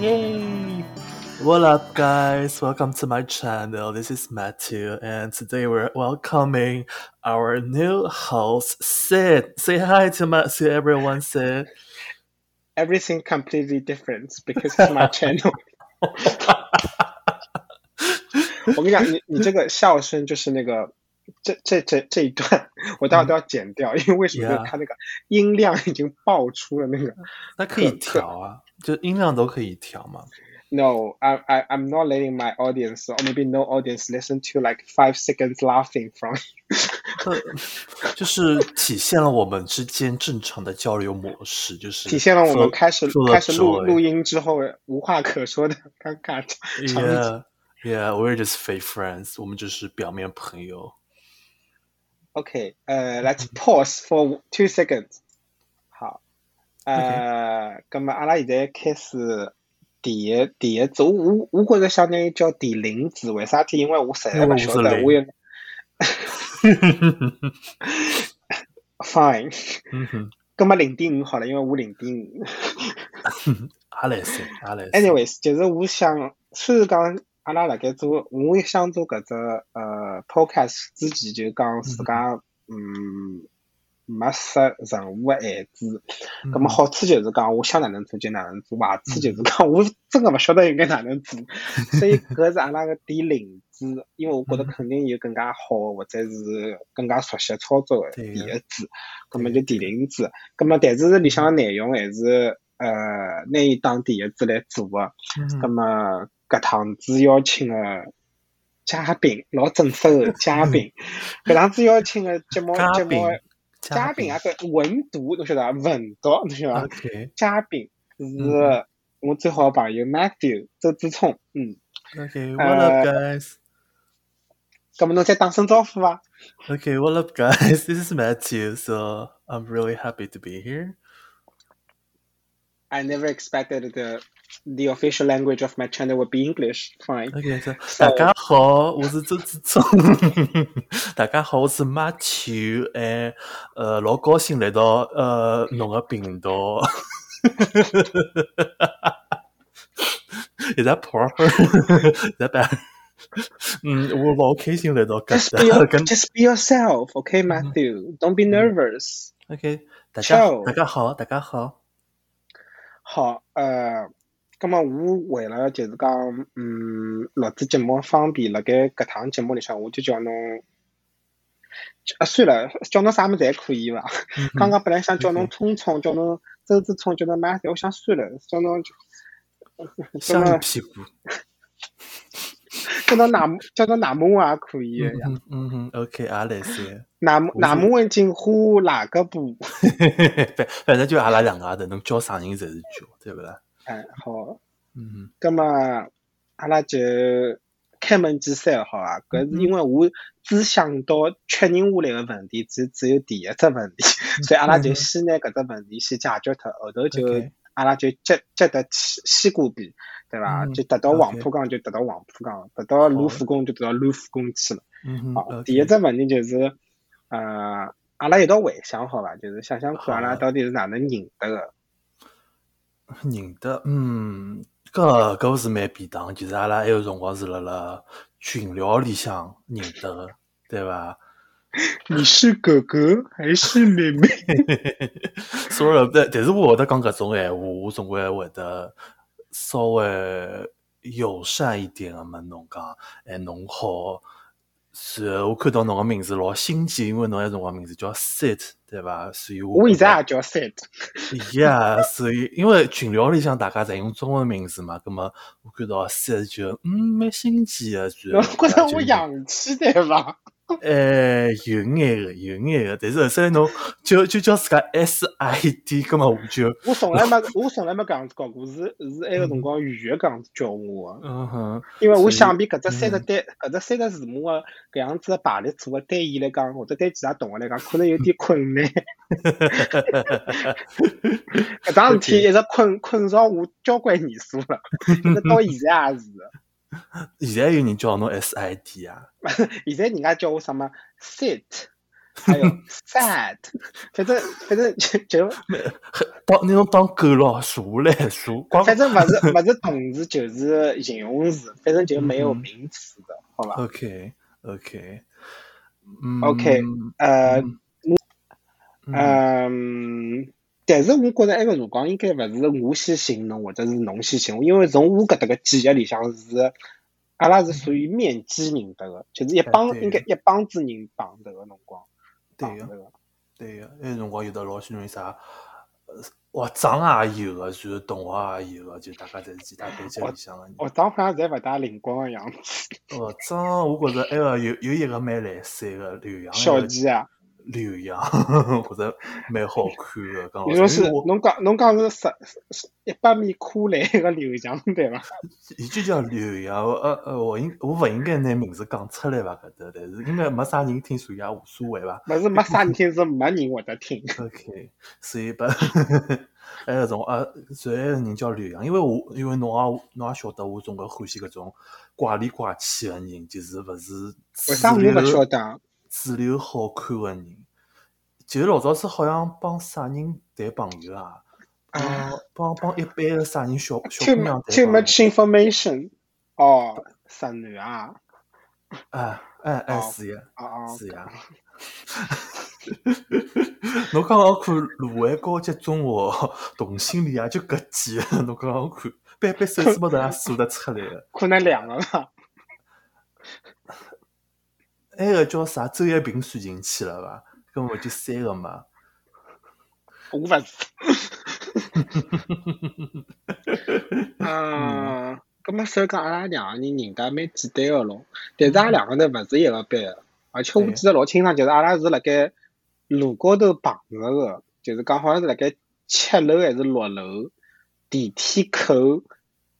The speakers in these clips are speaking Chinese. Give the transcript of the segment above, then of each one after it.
Yay! What up, guys? Welcome to my channel. This is Matthew, and today we're welcoming our new host, Sid. Say hi to Matthew, everyone, Sid. Everything completely different because it's my channel。我跟你讲，你你这个笑声就是那个，这这这这一段，我待会都要剪掉，因为为什么？ Yeah 它那个音量已经爆出了那 个。那可以调啊，就音量都可以调嘛。 No, I I I'm not letting my audience or maybe no audience listen to like five seconds laughing from 那就是体现了我们之间正常的交流模式，就是体现了我们开始说开始录录音。音之后无话可说的尴尬场场景。 Yeah, yeah, we're just fake friends. 我们只是表面朋 友。 Okay, uh, let's pause for two seconds. 好，呃，咁啊，阿拉现在开始第一第一组，我我觉着相当于叫第零组，为啥体？因为我实在因为不我晓是得，零我有 fine。嗯哼，咁么零点五好了，因为我零点五。阿莱斯，阿莱斯。 anyways，就是我想，虽然讲阿拉辣盖做，我也想做搿只呃 podcast 之前就讲自家嗯没设任何个限制，嗯葛么好处就是讲我想哪能做就哪能做，坏处就是嗯讲我真个勿晓得应该哪 能做，所以搿是阿拉个点灵芝，因为我嗯觉得肯定有更加好的或者是更加熟悉操作的对第个一支，葛么就第零支，葛么但是里向个内容还是呃拿伊当第一支来做个。嗯咁么搿趟子邀请个嘉宾，老正式个嘉宾。搿趟子邀请个节目嗯嘉节宾目的，嘉宾啊，搿文读侬晓得伐？啊文读侬晓得伐？啊，OK 嘉宾是嗯我最好个朋友 Matthew 周志聪，嗯。 OK，What up, 呃 guys? 咁么侬再打声招呼伐？ Okay, what up, guys? This is Matthew. So I'm really happy to be here. I never expected the the official language of my channel would be English. Fine. Okay, so So- 大家好，我是周志忠。 大家好，我是 Matthew。哎，呃，uh, 老高兴来到呃侬个频道。Is that proper? Is that bad? 嗯，我老开心来到搿 Just be your, 跟 just be yourself, okay, Matthew? Don't be nervous. OK，大家 Ciao 大家好，大家好。好，呃，咁么我为了就是讲，嗯，录制节目方便，辣盖搿趟节目里向，我就叫侬，啊，算了，叫侬啥物事侪可以伐？嗯刚刚本来想叫侬聪聪，叫侬周志聪，叫侬 m a 我想算了，叫侬香你屁股。叫侬哪母叫侬哪母也可以的呀，嗯哼嗯哼，OK，阿来 先。哪母哪母问金花哪个布？反反正就阿拉两家头，侬叫啥人侪是叫，对不啦？哎，好。嗯咁么阿拉就开门见山好伐？搿是因为我只想到确认下来个问题，只只有第一只问题，所以阿拉就先拿搿只问题先解决脱，后头 就 OK 阿拉就接接得西西瓜皮，对伐？嗯就达到黄 OK 浦江就达到黄浦江，达到卢浮宫就达到卢浮宫去了。嗯哼，好， OK 第一只问题就是，呃，阿拉一道回想好伐？就是想想看好阿拉的到底是哪能认得个。认得，嗯，搿搿是蛮便当。其实阿拉还有辰光是辣辣群聊里向认得的，对伐？你是哥哥还是妹妹？ 所以，但但是我会得讲搿种闲话，我总归会得稍微友善一点个问侬讲，哎，侬好。是，我看到侬个名字老新奇，因为侬那辰光名字叫 Sit，对伐？所以我 我觉现得在也叫 sad。 Yeah，所以因为群聊里向大家侪用中文名字嘛，葛么我看到 C 就嗯蛮新奇的， 我然后大觉家得就我洋气对伐？哎有眼个有眼个，但是后首来侬就就叫自家 S I D，葛么我就 我从来没，我从来没搿样子搞过，是是埃个辰光语言搿样子叫我个，嗯哼因为我所以嗯想必搿只三个单，搿只三个字母个搿样子个排列组合对伊来讲，或者对其他同学来讲，可能有点困难。 搿桩事 体一直困困扰我交关年数了，一直到现在也是。现在有人叫侬 S I D 啊，现在人家叫我什么 sit 还有 sad，反正反正就就当那种当狗咯，数来数，光反正勿是勿是动词就是形容词，反正就没嗯有名词的，好吧 OK OK，嗯 OK，呃嗯嗯，但是我觉着埃个辰光应该勿是我先寻侬，或者是侬先寻我，因为从我搿搭个记忆里向是，阿拉是属于面基认得个，就是一哎帮嗯对应该一帮子人碰头个辰光对碰个头个，对个，那辰光有的老许容易啥，呃学长也有个，啊然后同学也有个，就大家在其他班级里向个人。学长好像侪勿大灵光个样子，学长，我觉着埃个有有一个蛮来三个刘洋小个鸡啊，刘洋， 觉着蛮好看个。刚你说老师是哦因为我侬讲侬讲是十十一百米跨栏个刘翔对伐？伊就 叫刘洋，我呃呃，我应我勿应该拿名字讲出来伐？搿搭，但 是应该没啥人听，所以也无所谓伐。勿是没啥人听，是没人会得听。 OK，所 以把哎搿种啊，所以人叫刘洋，因为我因为侬也侬也晓得，我总归欢喜搿种怪里怪气个人，就是勿是为啥我主流勿晓得啊？主流好看个人，其实老早子好像帮啥人谈朋友啊？啊帮帮帮一般个啥人小小 too 姑娘 mu- 谈朋友啊 too much information。哦，直男啊，哎哎哎，哦是呀哦哦，是呀。侬刚刚看卢湾高级中学同性恋啊，就搿几个，侬刚刚看，掰掰手指头也数得出来个。可能两个吧。埃个叫啥？周一平算进去了伐？根本就三个嘛。我勿是。嗯，咁么所以讲阿拉两个人人家蛮简单个咯，但是阿拉两个呢勿是一个班个，而且我对记得老清爽，就是阿拉是辣盖路高头碰着个，就是讲好像是辣盖七楼还是六楼地铁口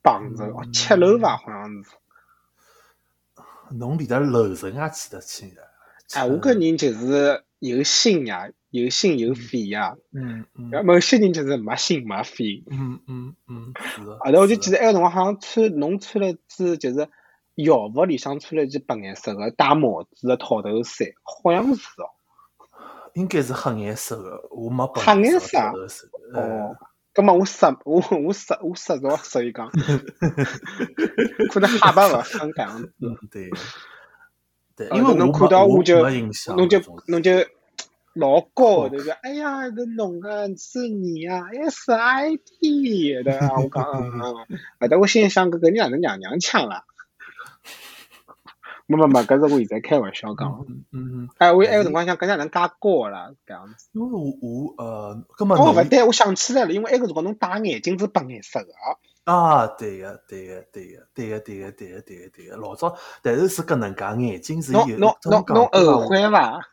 碰着，哦，七楼伐好像是。侬连得楼层也记得清的。哎，我搿人就是有心呀，有心有肺呀。嗯嗯某些人就是没心没肺。嗯嗯嗯，是的。后头我就记得，得埃个辰光好像穿侬穿了只就是校服里向穿了一件白颜色个戴帽子个套头衫，好像是哦。应该是黑颜色个，我没白黑颜色啊黑色的。哦，葛末我失我我失我失足，所以讲可能哈白勿分搿样子。嗯，对。对，啊因为侬我看到没我就没印象，侬就种侬就老哦高头个，哎呀，搿侬个是你啊，S I P 的啊，我讲啊，后头我心里想搿搿人哪能娘娘腔啦？没没没，搿是我现在开玩笑讲。嗯嗯，嗯哎，我埃个辰光想搿哪能介高啦？搿样子。因为我我呃，根本哦，侬勿对，我想起来了，因为埃个辰光侬戴眼镜是白颜色个啊。啊，对个，对个，对个，对个，对个，对个，对个，对个，老早，但是是搿能介，眼睛是有，侬侬怎么侬讲侬对伐后悔伐？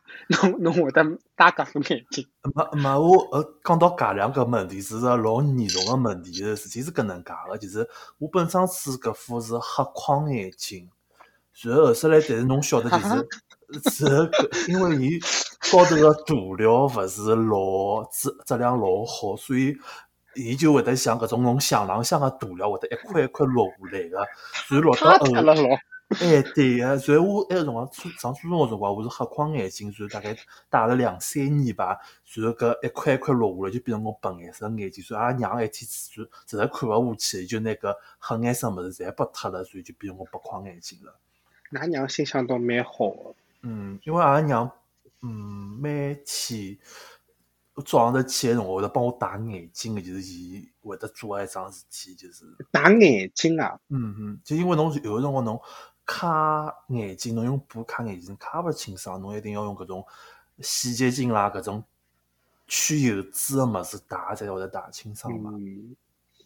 侬侬会得戴搿副眼镜？没没，我呃，讲到假两个问题，是个老严重个问题。事体是搿能介个，就是我本身是搿副是黑框眼镜，然后后首来，但是侬晓得，就是是搿因为伊高头个涂料勿是老质质量老好，所以伊就会得像搿种侬相浪向个涂料会得一块一块落下来个，所以落塌到后脱了咯。哎，对个、然后我埃个辰光初上初中个辰光，我是黑框眼镜，然后大概戴了两三年吧，然后搿一块一块落下来，就变成我白颜色眼镜，所以阿拉娘一天就实在看勿下去，就拿搿黑颜色物事侪拨脱了，所以就变成我白框眼镜了。㑚娘心想倒蛮好个。嗯，因为阿拉娘，嗯，每天我早上头起来辰光会得帮我戴眼镜个，就是伊会得做一桩事体，就是戴眼镜啊，嗯嗯，就因为侬是有个辰光侬卡眼睛，侬用布卡眼睛卡勿清爽，侬一定要用搿种洗洁精啦，搿种去油脂个物事打才会得打清爽嘛，嗯，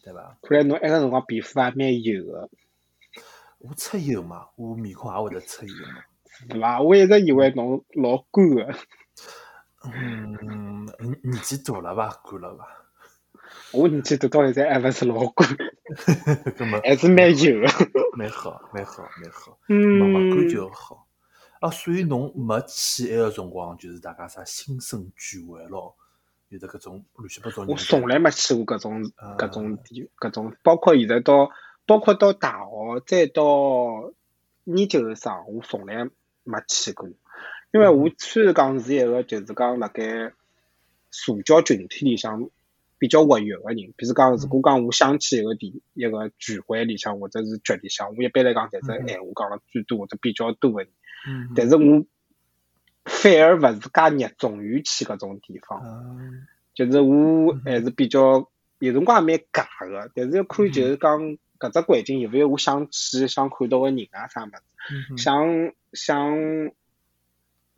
对伐？看来侬埃个辰光皮肤也蛮油个，我出油嘛，我面孔也会得出油嘛。是伐？我一直以为侬老干个，嗯，年纪大了伐，干了伐？我年纪大到现在还勿是老干，搿么还是蛮油个。蛮好，蛮好，蛮好，没勿干嗯，就好。啊，所以侬没去埃个辰光，就是大家啥新生聚会咯，有得搿种乱七八糟人我在从来没去过搿种啊搿种地搿种，包括现在到包括到大学再到研究生，我从来没去过。嗯因为我虽然讲是一个就是讲辣盖社交群体里向比较活跃个人，比如讲如嗯果讲我想起一个地一个聚会里向或者是局里向，我一般来讲侪是闲话讲了最多或者比较多个人，嗯但是我反而勿是介热衷于去搿种地方。嗯就是我嗯还是比较有辰光也蛮假个，但是要看嗯就是讲搿只环境有勿有我想去想看到个人啊啥物事，嗯想想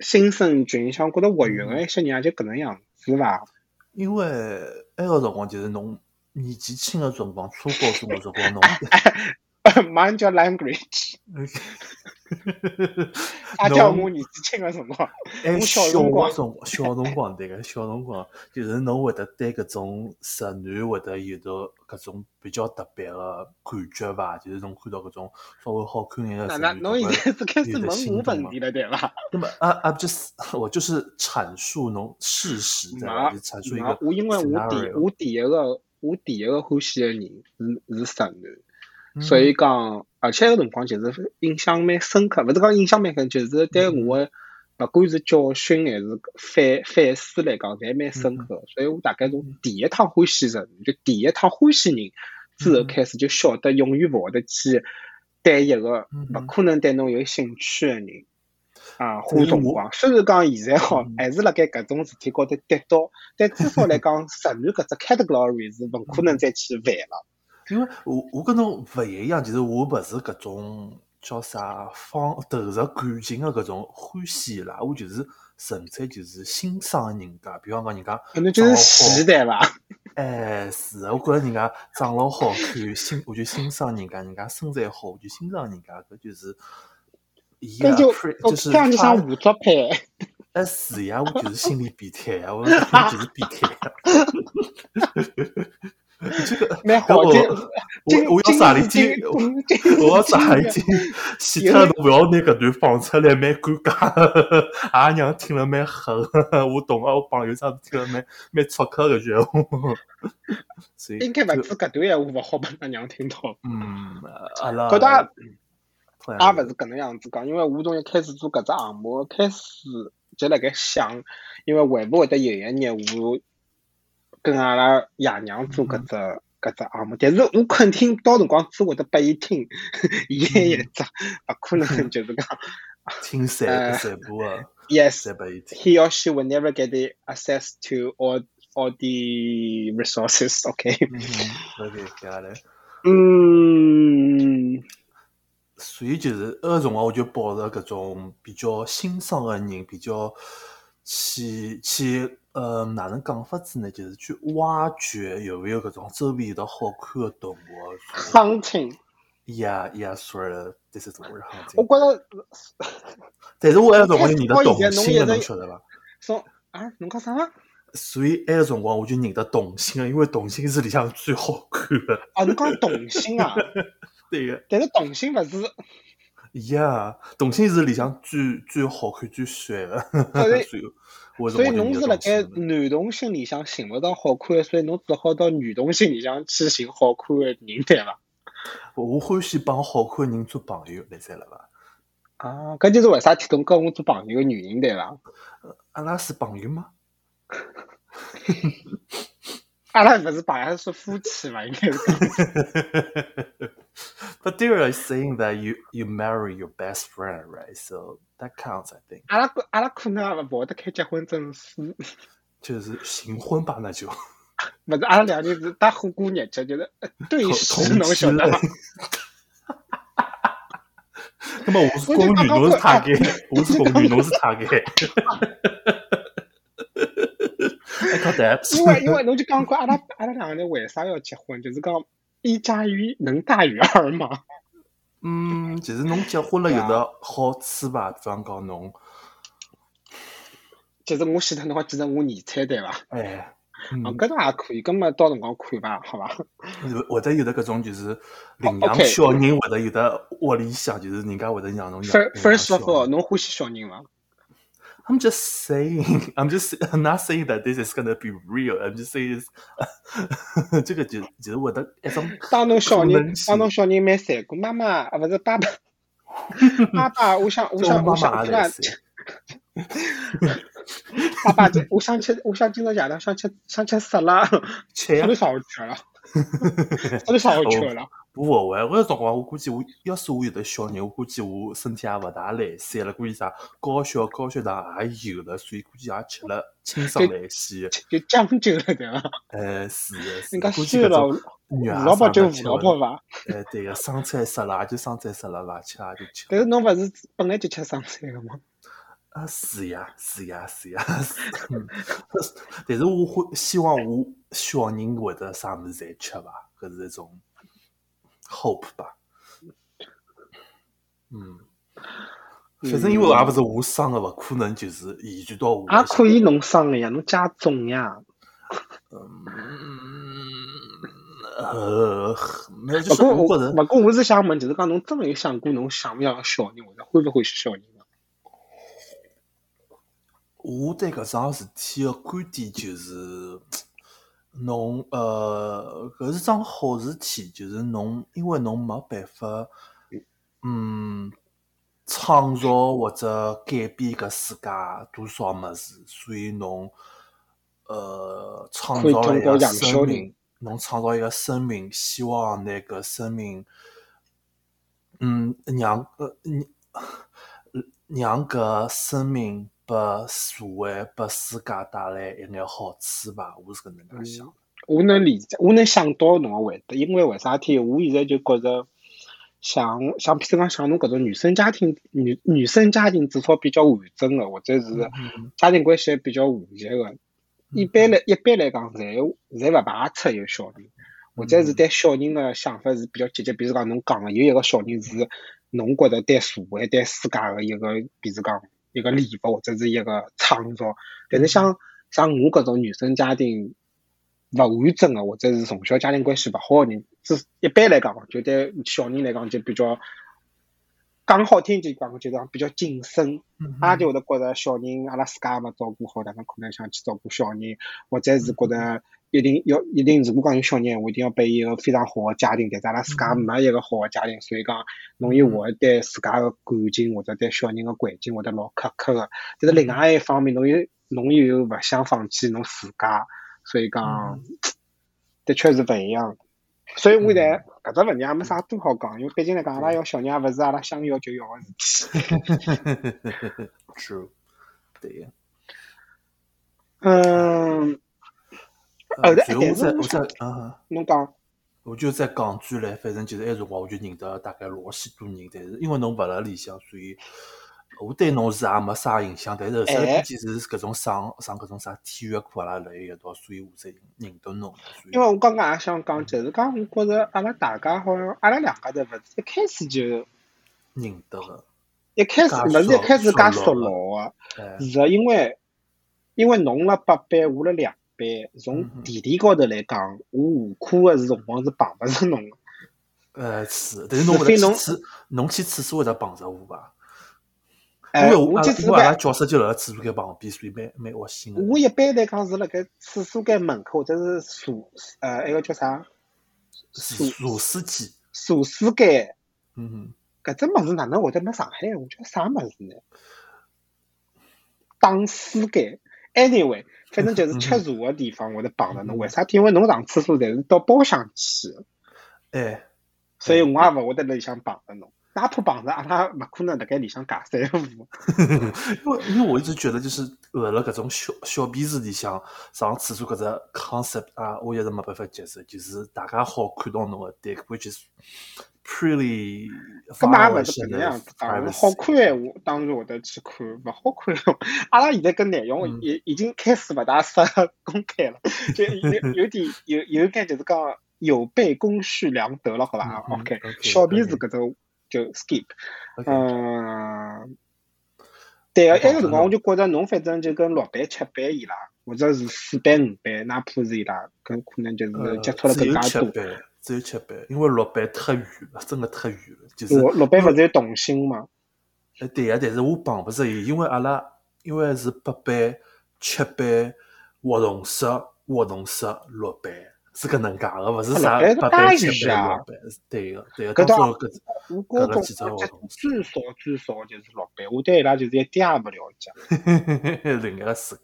新生一群，想觉得活嗯跃个一些人也啊就搿能样子伐？因为埃个辰光就是侬年纪轻个辰光，初高中个辰光侬 马上 叫 language，他叫侬我年纪轻个辰光，哎，我小小辰光个辰光，小辰光对个，小辰光就是侬会得对搿种直男会得有得搿种比较特别个感觉伐？就是侬看到搿种稍微好看眼个哪直哪男，侬现在是开始问我问题了对伐？那么啊啊，就是 我就是阐述侬事实的，那就是阐述一那个我因为我第 scenario 我第一个我第一个欢喜个人是是直男。嗯所以讲，而且个辰光其实印象蛮深刻，勿是讲印象蛮深，就是对我的勿管是教训还是反反思来讲，侪蛮深嗯刻。所以我大概从第一趟欢喜人，就第一趟欢喜人之后嗯开始，就晓得永远勿会得去对一个嗯勿嗯可能对侬有兴趣个人。啊，所花以辰我光，虽然讲现在好嗯，还是辣盖搿种事体高头跌倒，但至少来 讲，直男搿只 category 是勿可能再去犯了。因为我我跟侬勿一样，其实我勿是搿种叫啥方投入感情的搿种欢喜啦，我就是纯粹就是欣赏人家，比方讲人家可能就是长时哦得好，代伐。哎是的，我觉着人家长了好看，欣我就欣赏人家，人家身材好，我就欣赏人家，搿就是。伊那个就 pre- 哦就是这样就他像武作派，哎，是呀，我就是心里变态呀，我就是变态 呀。这个，蛮那好。我今今我我要今啥里是天，今今我要今啥里是天，希特侬不要拿搿段放出来，蛮尴尬。阿娘听了蛮狠，我同阿我朋友啥子听了蛮蛮出克搿句话。所以 应，该勿止搿段闲话勿好拨阿娘听到，嗯，阿拉嗯搿搭突也然勿是搿能样子讲，因为我从一开始做搿只项目开始就辣盖想，因为会勿会得有一日我跟阿拉爷娘做搿只搿只项目，但是我肯定到辰光只会得拨伊听，伊还有一只勿可能就是讲听散呃散步啊， yes 散拨伊听。 he or she will never get the access to all all the resources. Okay. 嗯，OK，接下来。嗯，所以就是搿个辰光，我就抱着搿种比较欣赏个人，比较去去呃，哪能讲法子呢？就是去挖掘有没有搿种周边有得好看个动物。 hunting，呀呀，说了，这是怎么回事？我觉着但是我埃个辰光就认得开童始到星个，现在侬侬一直晓得伐？从啊，侬讲啥啊？所以埃个辰光我就认得童星个，因为童星是里向最好看个。哦，侬讲童星 啊？对个，但是童星 勿是，呀，童星是里向最最好看、最帅个。所啊 以所以我所以辰光就认得侬是辣童星盖了男童星里向寻勿到好看的，所以侬只好到女童星里向去寻好看的人，对伐？我欢喜帮好看人做朋友，来塞了伐？啊，搿就是为啥提侬跟我做朋友的原因，对伐？阿拉是朋友吗？阿拉勿是朋友，是夫妻嘛，应该是。 But there are saying that you you marry your best friend, right? So that counts, I think. 阿拉可阿拉可能也勿会得开结婚证书，就是行婚吧，那 就勿是阿拉两个人是搭火锅日脚，就是呃对同视，同侬居晓得了伐？。 那么我是我就公刚女，刚侬是问塔啊 盖；我是公女，侬是塔盖。I got that. 因为因为侬就讲过阿拉阿拉两个人为啥要结婚，就是讲一加一能大于二嘛。嗯，其实侬结婚了有的好处吧，比方讲侬，就是我前头侬还记得我年菜对伐？啊，哎，嗯，搿种也可以，搿么到辰光看伐，好伐？会得有的搿种就是领哦养，OK 小人，会得有的屋里向就是人家会得让侬养。 First 领养 first 小 of 人 all，侬欢喜小人伐？ I'm just saying, I'm just I'm not saying that this is gonna be real. I'm just saying this. 这个就就是会得一种当侬小可人能，性当侬小 人蛮残酷，妈妈啊勿是爸爸，爸爸，我想我这种想妈我想妈跟来俺塞。阿爸今，我想吃，我想今朝夜到想吃想吃沙拉，吃哎呀啥都！上勿去 了，啥都上勿去了。我勿会，我有辰光我估计我，要是我有得小人，我估计我身体也勿大来三了，估计啥啊高血高血糖也有了，所以估计也吃了清爽来些。就将就了 对伐？哎，是的，是的人家估计算搿了，种胡肉啊萝卜啥就胡的萝卜伐？哎，对个，生菜沙拉就生菜沙拉伐，吃也就吃。但是侬勿是本来就吃生菜个吗？啊，是呀，是呀，是呀， 是。嗯但是我会希望我小人会得啥物事侪吃吧，搿是一种 hope 吧。嗯，反正因为也勿是我生个，勿可能就是遗传到我。也啊可以。侬生个呀，侬加重呀。嗯，呃，没有，就勿是哦过我觉我着勿过我是想问，就是讲侬真个有想过侬想勿想小人，或者欢勿欢喜小人伐？我对搿桩事体个观点就是，侬呃，搿是桩好事体，就是侬因为侬没办法，嗯，创造或者改变搿世界多少物事，所以侬呃，创可以造了通一过个养小生人命，侬创造一个生命，希望那个生命，嗯，让呃，你让搿生命拨社会、拨世界带来一眼好处吧，我是搿能介想。我能理解，我能想到侬个回答，因为为啥体？我现在就觉着，像像譬如讲像侬搿种原生家庭、女原生家庭至少比较完整个，或者是嗯家庭关系比较和谐个，一般来一般来讲，侪侪勿排斥有小人，或者是对小人个想法是比较积极。比如讲侬讲个，有一个小人是侬觉着对社会、对世界个一个，比如讲一个礼物或者是一个创造。但是像像我搿种原生家庭勿完整个，或者是从小家庭关系勿好个人，至一般来讲，就对小人来讲就比较讲好听点讲，就是讲比较谨慎。嗯阿拉就会得觉着小人阿拉自家也没照顾好，哪能可能想去照顾小人，或者是觉着一定要一定，如果讲有小人，我一定要拨伊一个非常好的家庭，但是阿拉自家没一个好的家庭，所以讲侬又会得对自家个感情或者对小人个环境会得老苛刻个。但是另外一方面，侬又侬又有勿想放弃侬自家，所以嗯讲的确是勿一样。所以我现在搿只问题也没啥多好讲，因为毕竟来讲，阿拉要小人也勿是阿拉想要就要个事体。 ，true，对呀。嗯，呃后头随后但我再我是我再想啊。侬讲。我就再讲句唻，反正就是埃辰光我就认得大概老许多人，但是因为侬勿辣里向，所以我对侬是也没啥印象。但是后头哎毕竟是搿种上上搿种啥体育课阿拉辣一道，所以我才认得侬。所以因为我刚刚也想讲，就是讲，我觉着阿拉大家好像，阿拉两家头勿是一开始就认得个，一开始介勿是一熟开始熟介络熟了络个，哎，是的，因为因为侬辣八班，我辣两班，从嗯哼地理高头来讲，我下课个是辰光是碰勿着 侬个，呃是，但是侬勿除得非去侬厕，侬去厕所会得碰着我伐？因哎，为我阿就拉只因为阿拉嗯班，教室就辣辣厕所间旁边，所以蛮蛮恶心个。我一般来讲是辣盖厕所间门口，或者是厨呃埃个叫啥是螺丝机，厨师间，嗯哼，搿只物事哪能会得没上海话？叫啥物事呢？打水间。anyway，反正就是吃茶个地方，会得碰着嗯侬。为啥体？因为侬上厕所侪是到包厢去，哎，所以我也勿会得辣里向碰着侬。哪怕碰着，阿拉勿可能辣盖里向尬三胡。因为因为我一直觉得就是辣辣搿种小小便池里向上厕所搿只 concept 啊，我一直没办法接受，就是大家好看到侬个 dick which is pretty 搿 far 嘛 away 也勿 from 是搿能 the 样子讲，好 privacy 看闲话当然会得去看，勿好看闲话，阿拉现在搿内容嗯已已经开始勿大适合公开了，就有有点有有点就是讲有悖公序良德了，好伐嗯嗯啊？OK， OK，小辫子可搿种就 skip。 OK，嗯，对个，好埃个辰光嗯我就觉着侬反正就跟六班、七班伊拉，或者是四班、五班，哪怕是伊拉，跟可能就是呃嗯接触了只更有加七多。班，只有七班，因为六班太远了，真个太远了，就是六六班勿是有童星嘛？呃，对呀，但是我碰勿着伊，因为阿拉因为是八班、七班、活动室、活动室、六班，是搿能介个，勿是搿啥能介八搿百当七然百啊六百，对个对个。搿当倒时我搿 我搿高个中几只活动最少最少就是六班，我对伊拉就是一点也勿了解。另一个世界，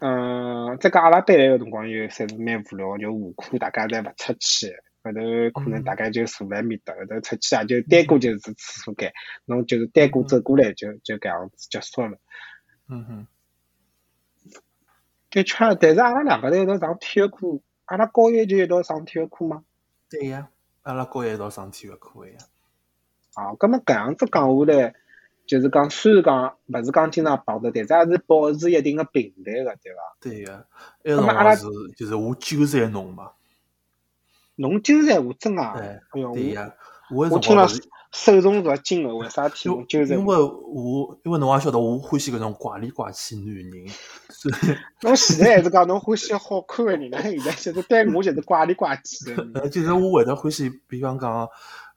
嗯，再加阿拉班来个辰光又侪是蛮无聊，就下课大家侪勿出去，后头可能嗯大家就坐辣埃面搭，后头出去也啊就单过就是厕所间，侬就是单过走过来就就搿样子结束了。嗯哼，的确，但是阿拉两个头一道上体育课，阿拉高一就一道上体育课吗？对呀，阿拉高一一道上体育课个呀，啊，葛末搿样子讲下来，就是讲虽然讲勿是讲经常碰着，但是还是保持一定个平淡个，对伐？对个。埃么辰阿光拉是就是我纠缠侬嘛，侬纠缠我真啊，哎哎哟，对我呀，我我埃辰听了光是手重脚轻个，为啥体侬纠因缠因我？为我因为侬也晓得我欢喜搿种怪里怪气男人，所以。侬前头还是讲侬欢喜好看个人，呢，现在就是对我就是怪里怪气个人。呃，就是我会得欢喜，比方讲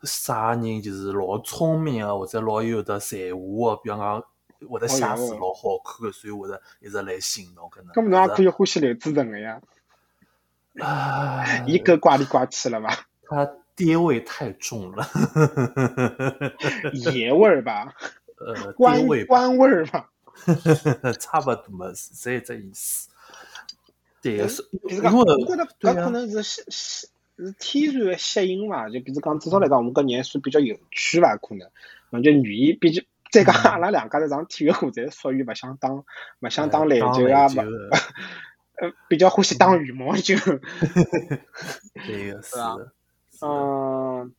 啥人就是老聪明啊，或者老有得才华啊，比方讲哦会得写字老好看个，所以会得一直来寻侬搿能。葛末侬也可以以欢喜刘志成个呀，啊，伊够怪里怪气了伐？ 他爹味太重了，爷味儿吧，呃，爹官味吧官味儿吧。 差勿多嘛，是这只意思。对，嗯是就是因讲，为我觉得对啊搿呀可能是吸吸是天然的吸引伐？就比如讲，至少来讲，我搿人算比较有趣伐？可能，我就愿意比较。再讲，嗯阿拉两家头上体育课，侪属于勿想打，勿想打呃篮球篮啊，勿球的呃比较欢喜打羽毛球。 对个是吧的，是的啊嗯，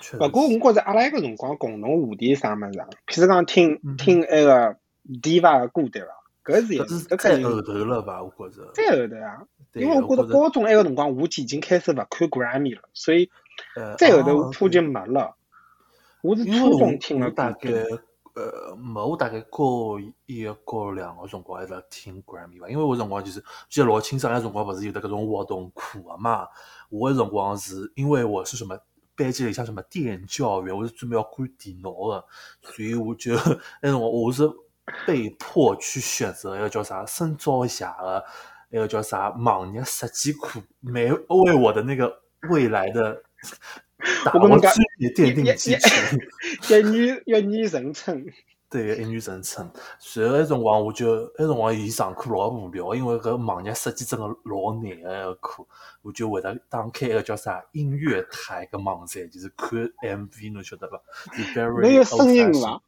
确勿过实我觉着阿拉埃个辰光共同话题是啥物事啊？譬如讲听嗯听埃个 diva 的歌，对伐？搿是一搿是搿太肯后定头了吧？我觉着，再后头啊，对因为呀我觉着高中埃个辰光，我已经开始勿看 Grammy 了，所以呃再后啊头车就没了。我是因为初我中听了我大歌概多，呃，没我大概高一高两个辰光一直听 Grammy 吧，因为我辰光就是记得老清爽，那辰光不是有的各种活动课个嘛，我的辰光是因为我是什么。班级里向什么电教员，我是专门要管电脑的，所以我就那辰光我是被迫去选择一个叫啥深造一下的，那个叫啥网页设计课，没为我的那个未来的 打我跟磨侬讲专业奠定也基也础。一语一语成谶。对个一语成谶。随后埃辰光我就埃辰光伊上课老无聊，因为搿网页设计真个老难个课，我就会得打开一个叫啥音乐台个网站，就是看 MV，侬晓得伐？就 very 侬有声音 old-fashioned 伐？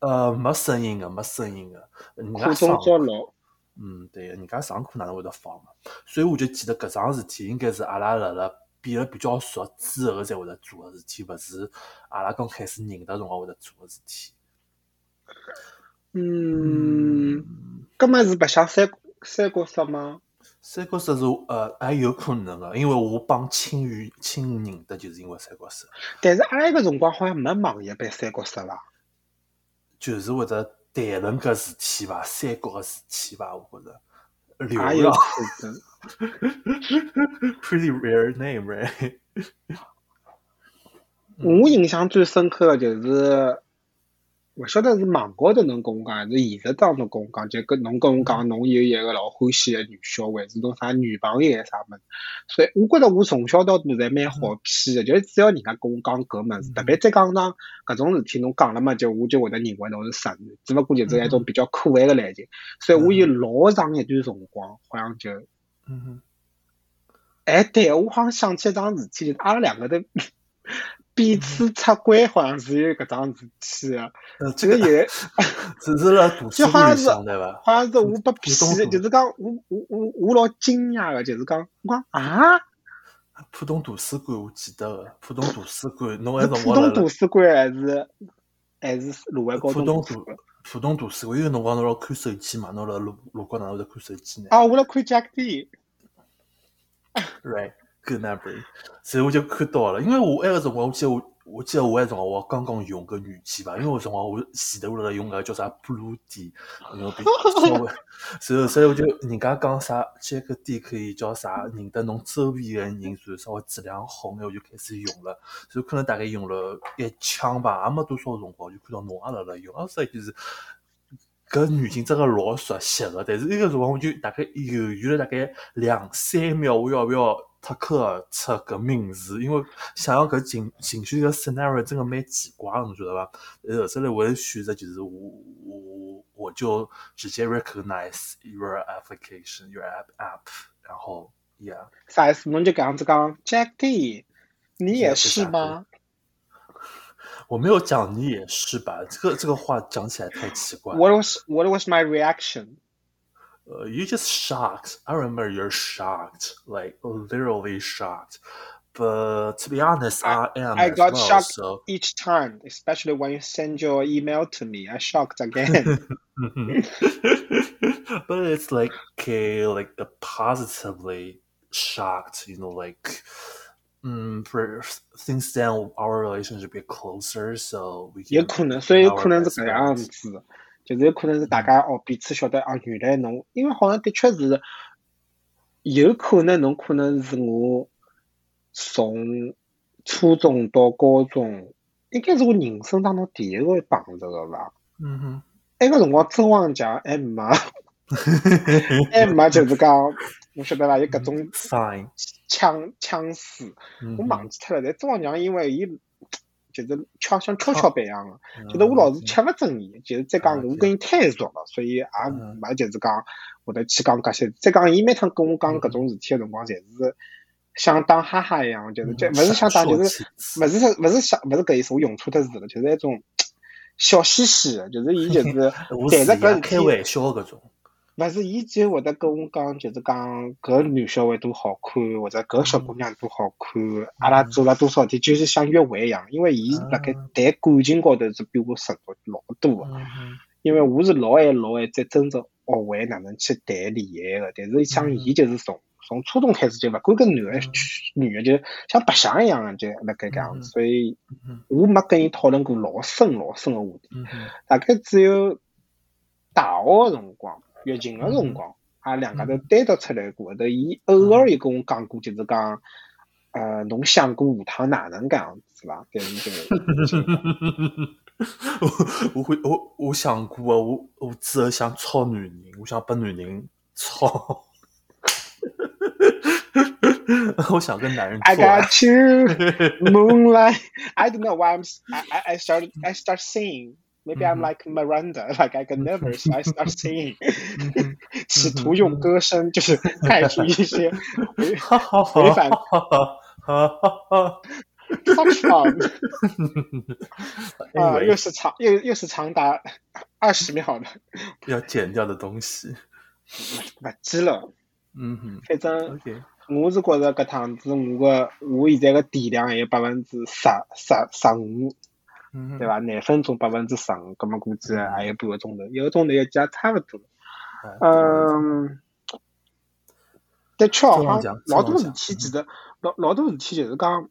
呃，没声音个，没声音个，人家苦中上作乐。嗯，对，人家上课哪能会得放嘛？所以我就记得搿桩事体应该是阿拉辣辣变得比较熟之后才会得做个事体，勿是阿拉刚开始认得辰光会得做个事体。嗯，葛末是白相三三国杀吗？三国杀是呃，也有可能个，因为我帮青鱼青鱼认得，就是因为三国杀，但是阿拉埃个辰光好像没网页版三国杀伐？就是会得谈论搿事体伐，三国个事体伐，我觉着。流也有浪可能。 ，pretty rare name right？嗯我印象最深刻的就是，勿晓得是网高头侬跟我讲，还是现实当中跟我讲，就跟侬跟我嗯讲，侬有一个老欢喜的女小孩，是侬啥女朋友啥物事。所以我觉着我从小到大侪蛮好骗的，就是只要人家跟我讲搿物事，嗯特别再讲上搿种事体，侬讲了嘛，就我就会得认为侬是神，只勿过就是一嗯种比较可爱的类型。所以我有老长一段辰光，好像就。嗯 哼，哎，对，我好像想起一桩事体，就是阿拉两个头彼此出轨，好像是有搿桩事体的。呃，嗯这这个个啊也只是辣图书就好馆里像是向对伐？好像是我普被骗通的，图就是讲我我我我老惊讶的，就是讲我讲啊，浦东图书馆我记得个，浦东图书馆，侬埃是辰浦光辣辣东图书馆还是还是鲁湾高浦中东图书图馆？浦东图书馆，有辰光侬辣看手机嘛，侬辣路路高哪能会得看手机呢？啊，我辣看 Jack D， Right, good memory。所以我就看到了，因为我埃个辰光，我记得我，我记得我埃个辰光，我刚刚用搿语器吧，因为我辰光我前头我辣用个叫啥 Blue D，牛逼，稍微，所以所以我就人家讲啥 Jack D 可以叫啥，认得侬周围个人，然后稍微质量好眼，我就开始用了，所以可能大概用了一枪吧，也没多少辰光，就看到侬也辣辣用，啊，所以就是。搿女性真个老熟悉个，但是那个辰光我就大概犹豫了大概两三秒，我要不要脱口而出搿名字？因为想要搿情情绪搿 scenario 真个蛮奇怪个，侬晓得伐？呃，后头来我选择就是我我我就直接 recognize your application your app app，然后 yeah 啥意思？侬就搿样子讲，Jackie，你也是吗？我没有讲你也是吧？这个这个话讲起来太奇怪。 What was what was my reaction? Uh, you just shocked. I remember you're shocked, like literally shocked. But to be honest, I, am. I as got well, shocked So, each time, especially when you send your email to me. I shocked again. but it's like okay, like a positively shocked. You know, like mm, per, things then our relationship get closer, so we can. 有可能，所以有 our 可能是 best 搿样 friends. 子，就是有可能是大家哦彼此晓得啊，原来侬，因为好像的确是，有可能侬可能是我从初中到高中，应该是我人生当中第一个碰着个吧。 Mhm. 埃个辰光真王强还没， 还没就是讲，侬晓得伐？有搿种 Sign. 呛呛死。我 Mhm. 忘记脱了。但中国娘因为伊就是像像跷跷板一样个，就是 Mhm. 我老是吃勿准伊，就是再讲啊我对跟伊太熟了，所以也嗯没就是讲会得去讲搿些。再讲伊每趟跟我讲搿种事体个辰光，侪是像打哈哈一样，嗯就是就勿是像打，就是勿是勿是像勿是搿意思，我用错脱字了，就是那种笑嘻嘻的，就是伊就是我但是是搿呀事开体。玩笑搿种。勿是，伊只会得跟我讲，就是讲搿男小孩多好看，或者搿小姑娘多好看，阿拉做了多少天，就是像约会一样。因为伊辣盖啊谈感情高头是比我成熟老多个，嗯因为我是老晚老晚才真正学会哪能去谈恋爱个。但是像嗯伊就是从从初中开始就勿管跟男个嗯女个就像白相一样个，就辣盖搿样嗯子。所以嗯我没跟伊讨论过老深老深个话题。嗯嗯大概只有大学的辰光、疫情的辰光，阿拉两家头单独出来过。头伊偶尔也跟我讲过，就是讲，呃，侬想过下趟哪能搿样子伐？但是就 我我会我我想过啊，我我只是想操男人，我想被男人操。 我想跟男人 I 做爱。 got you, moonlight. I don't know why I'm. s- I I- I started. I start singing. Maybe I'm 嗯 like Miranda, like I get nervous. I start singing，企图嗯用歌声 就是盖住一些 哈哈哈违反哈哈哈哈！ such fun。啊，因又为是长又又是长达二十秒的，要剪掉的东西。勿记了。嗯哼反正，OK，我是觉着搿趟子我个我现在个体量还有百分之十十十五，嗯哼对？伐？廿分钟百分之十五，葛么估计啊还有半个钟头，一个钟头也加差勿多。哎嗯，的确好这样像讲老多这事样讲体，其实老老多事体就是讲，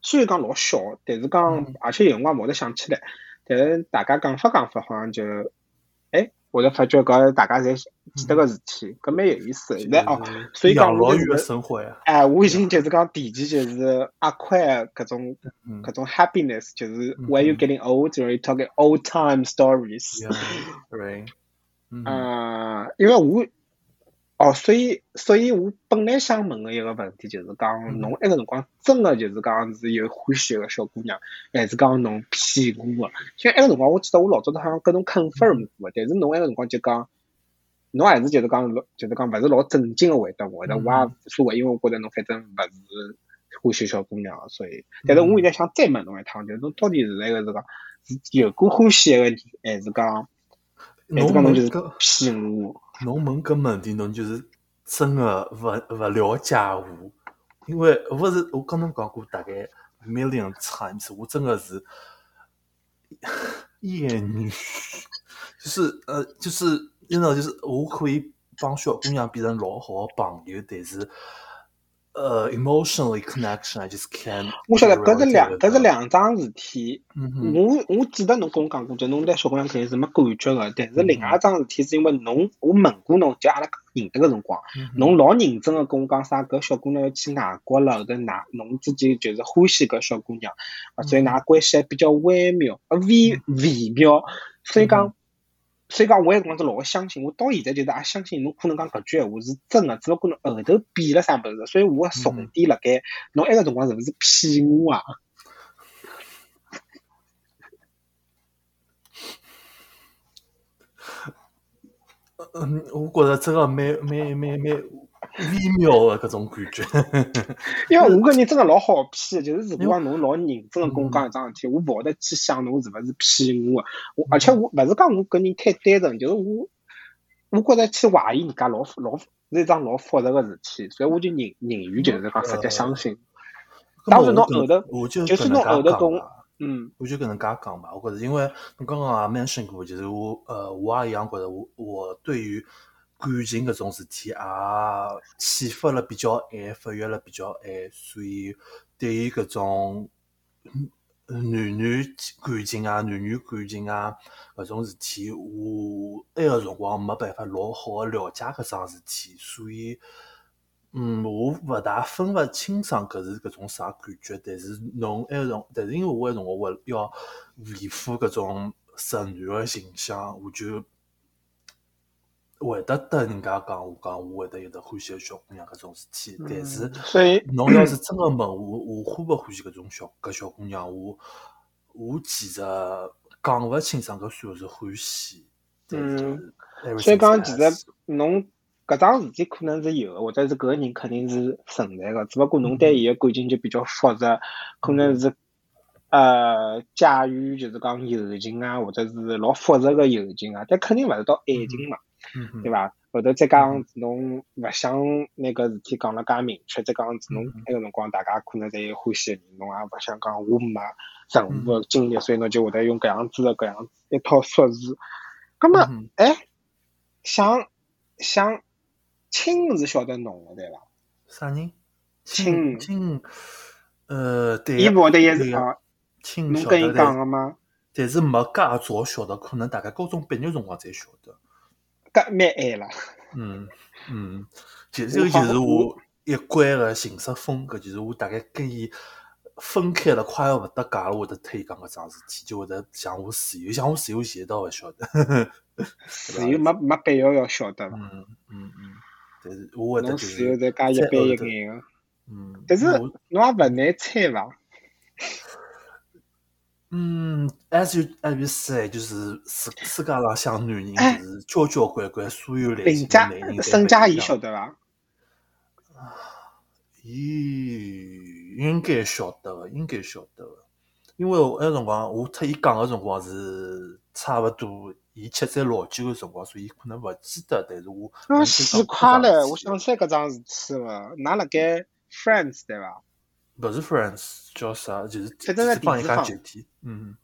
虽然讲老小，但是讲嗯而且有辰光冇得想起来，但是大家讲法讲法，好像就，哎，会得发觉搿大家侪记得个事嗯体，搿蛮有意思的。现在哦，就是所以讲养老我就是院的生活呀。哎，我已经就是讲提前就是阿宽搿种嗯搿种 happiness，就是嗯 when you getting old, you talk old time stories。 ，Right，嗯哼啊，因为我哦，所以所以我本来想问个一个问题就是讲，嗯侬埃个辰光真个就是讲是有欢喜一个小姑娘，还是讲侬啊骗我个？因为埃个辰光我记得我老早好像跟侬 confirm 过的，但是侬埃个辰光就讲，侬还是就是讲老就是讲勿是老正经个回答我，但嗯我也无所谓，因为我觉得侬反正勿是欢喜小姑娘，啊所以，但嗯是我现在想再问侬一趟，就是侬到底是那个是讲是有过欢喜一个人，还是讲还是侬讲侬问就是搿骗我？侬问搿问题，侬就是真个勿勿了解我，因为勿是我跟侬讲过大概 million times，我真个是厌女，就是呃，就是真的就是我可以帮小姑娘变成老好个朋友，但是呃，emotionally connection I just can't。 我晓得搿是两搿是，两桩事体。嗯哼，我我记得侬跟我讲过，就侬对小姑娘肯定是没感觉个，但嗯是另外一桩事体是因为侬我问过侬，就阿拉认得个辰光，嗯哼侬老认真个跟我讲啥，搿小姑娘要去外国了，后头㑚侬自己就是欢喜搿小姑娘，啊所以嗯㑚关系还比较微妙，啊微微妙，所以嗯讲所以讲，我一辰光是老相信，我到现在就是也相信侬可能讲搿句闲话是真个，只不过侬后头变了啥物事，所以嗯我的重点辣盖侬埃个辰光是勿是骗我啊？嗯，我觉着真个蛮蛮蛮蛮微妙的搿种感觉。 因为我搿人真个老好骗，就是如果讲侬老认真个跟我讲一桩事体，我勿会得去想侬是勿是骗我嗯的。我而且我勿是讲我搿人太单纯，就是我我觉着去怀疑人家老老是一桩老复杂个事体，所以我就宁宁愿就是讲直接嗯相信。当然侬后头我就就是侬后搿能介头跟讲我啊嗯我就搿能介讲吧，我觉着因为侬刚刚也 mention 过，就是我呃，我也一样觉着我我对于感情搿种事体也启发了比较晚，发育了比较晚，所以对于搿种嗯男女感情啊、男女感情啊搿种事体，我埃个辰光没办法老好个了解搿桩事体，所以。嗯，我勿大分勿清爽搿是搿种啥感觉，但是侬埃个辰，但是因为我埃个辰光我要维护搿种直男个形象，我就会得跟人家讲，我讲我会得有得欢喜个小姑娘搿种事体，但是嗯所以侬要是真个问我，我欢勿欢喜搿种小搿小姑娘，我我其实讲勿清爽搿算勿是欢喜，但是 everything 嗯所以讲，其 else 实侬搿桩事体可能是有的，或者是搿个人肯定是存在个，只不过侬嗯对伊个感情就比较复杂，可能是呃介于就是讲友情啊，或者是老复杂个友情啊，但肯定勿是到爱情嘛，嗯哼对伐？后头再讲侬勿想拿搿事体讲了介明确，再讲侬嗯埃个辰光大家可能侪有欢喜个人，侬也勿想讲我没任嗯何经历，所以侬就会得用搿样子个搿样子一套说辞。葛末嗯哼哎，想想亲是晓得侬个对伐？啥人？亲亲，呃，对伊呀，勿会得也对是呀啊，亲侬嗯晓跟伊得，讲哦但个吗？但是没介早晓得，可能大概高中毕业辰光才晓得。搿蛮晚了，嗯嗯，其实我这个好就是像我一贯个行事风格，就是我大概跟伊分开了，快要勿搭界了，我会得推伊讲搿桩事体，就会得向我自由，向我自由现在倒勿晓得。自由没没必要要晓得伐？嗯嗯嗯，但是我会得侬就自由是，再加一再般一后头眼个，嗯，但是我侬也勿难猜伐？嗯，as you as you say，就是世世界浪向男人哎就是交交关关，所有类并型且的男人侪沈佳宜晓晓得伐？伊应该晓得个，应该晓得个，因为我埃辰光我特意讲个辰光是差勿多，伊七岁老酒个辰光，所以可能勿记得，但是我啊，能记死得快搿桩了！事我体想起来搿桩事体了，㑚辣盖 Friends 对伐？勿是 friends 叫啥，就是反正在就是帮人电视家上集体，嗯，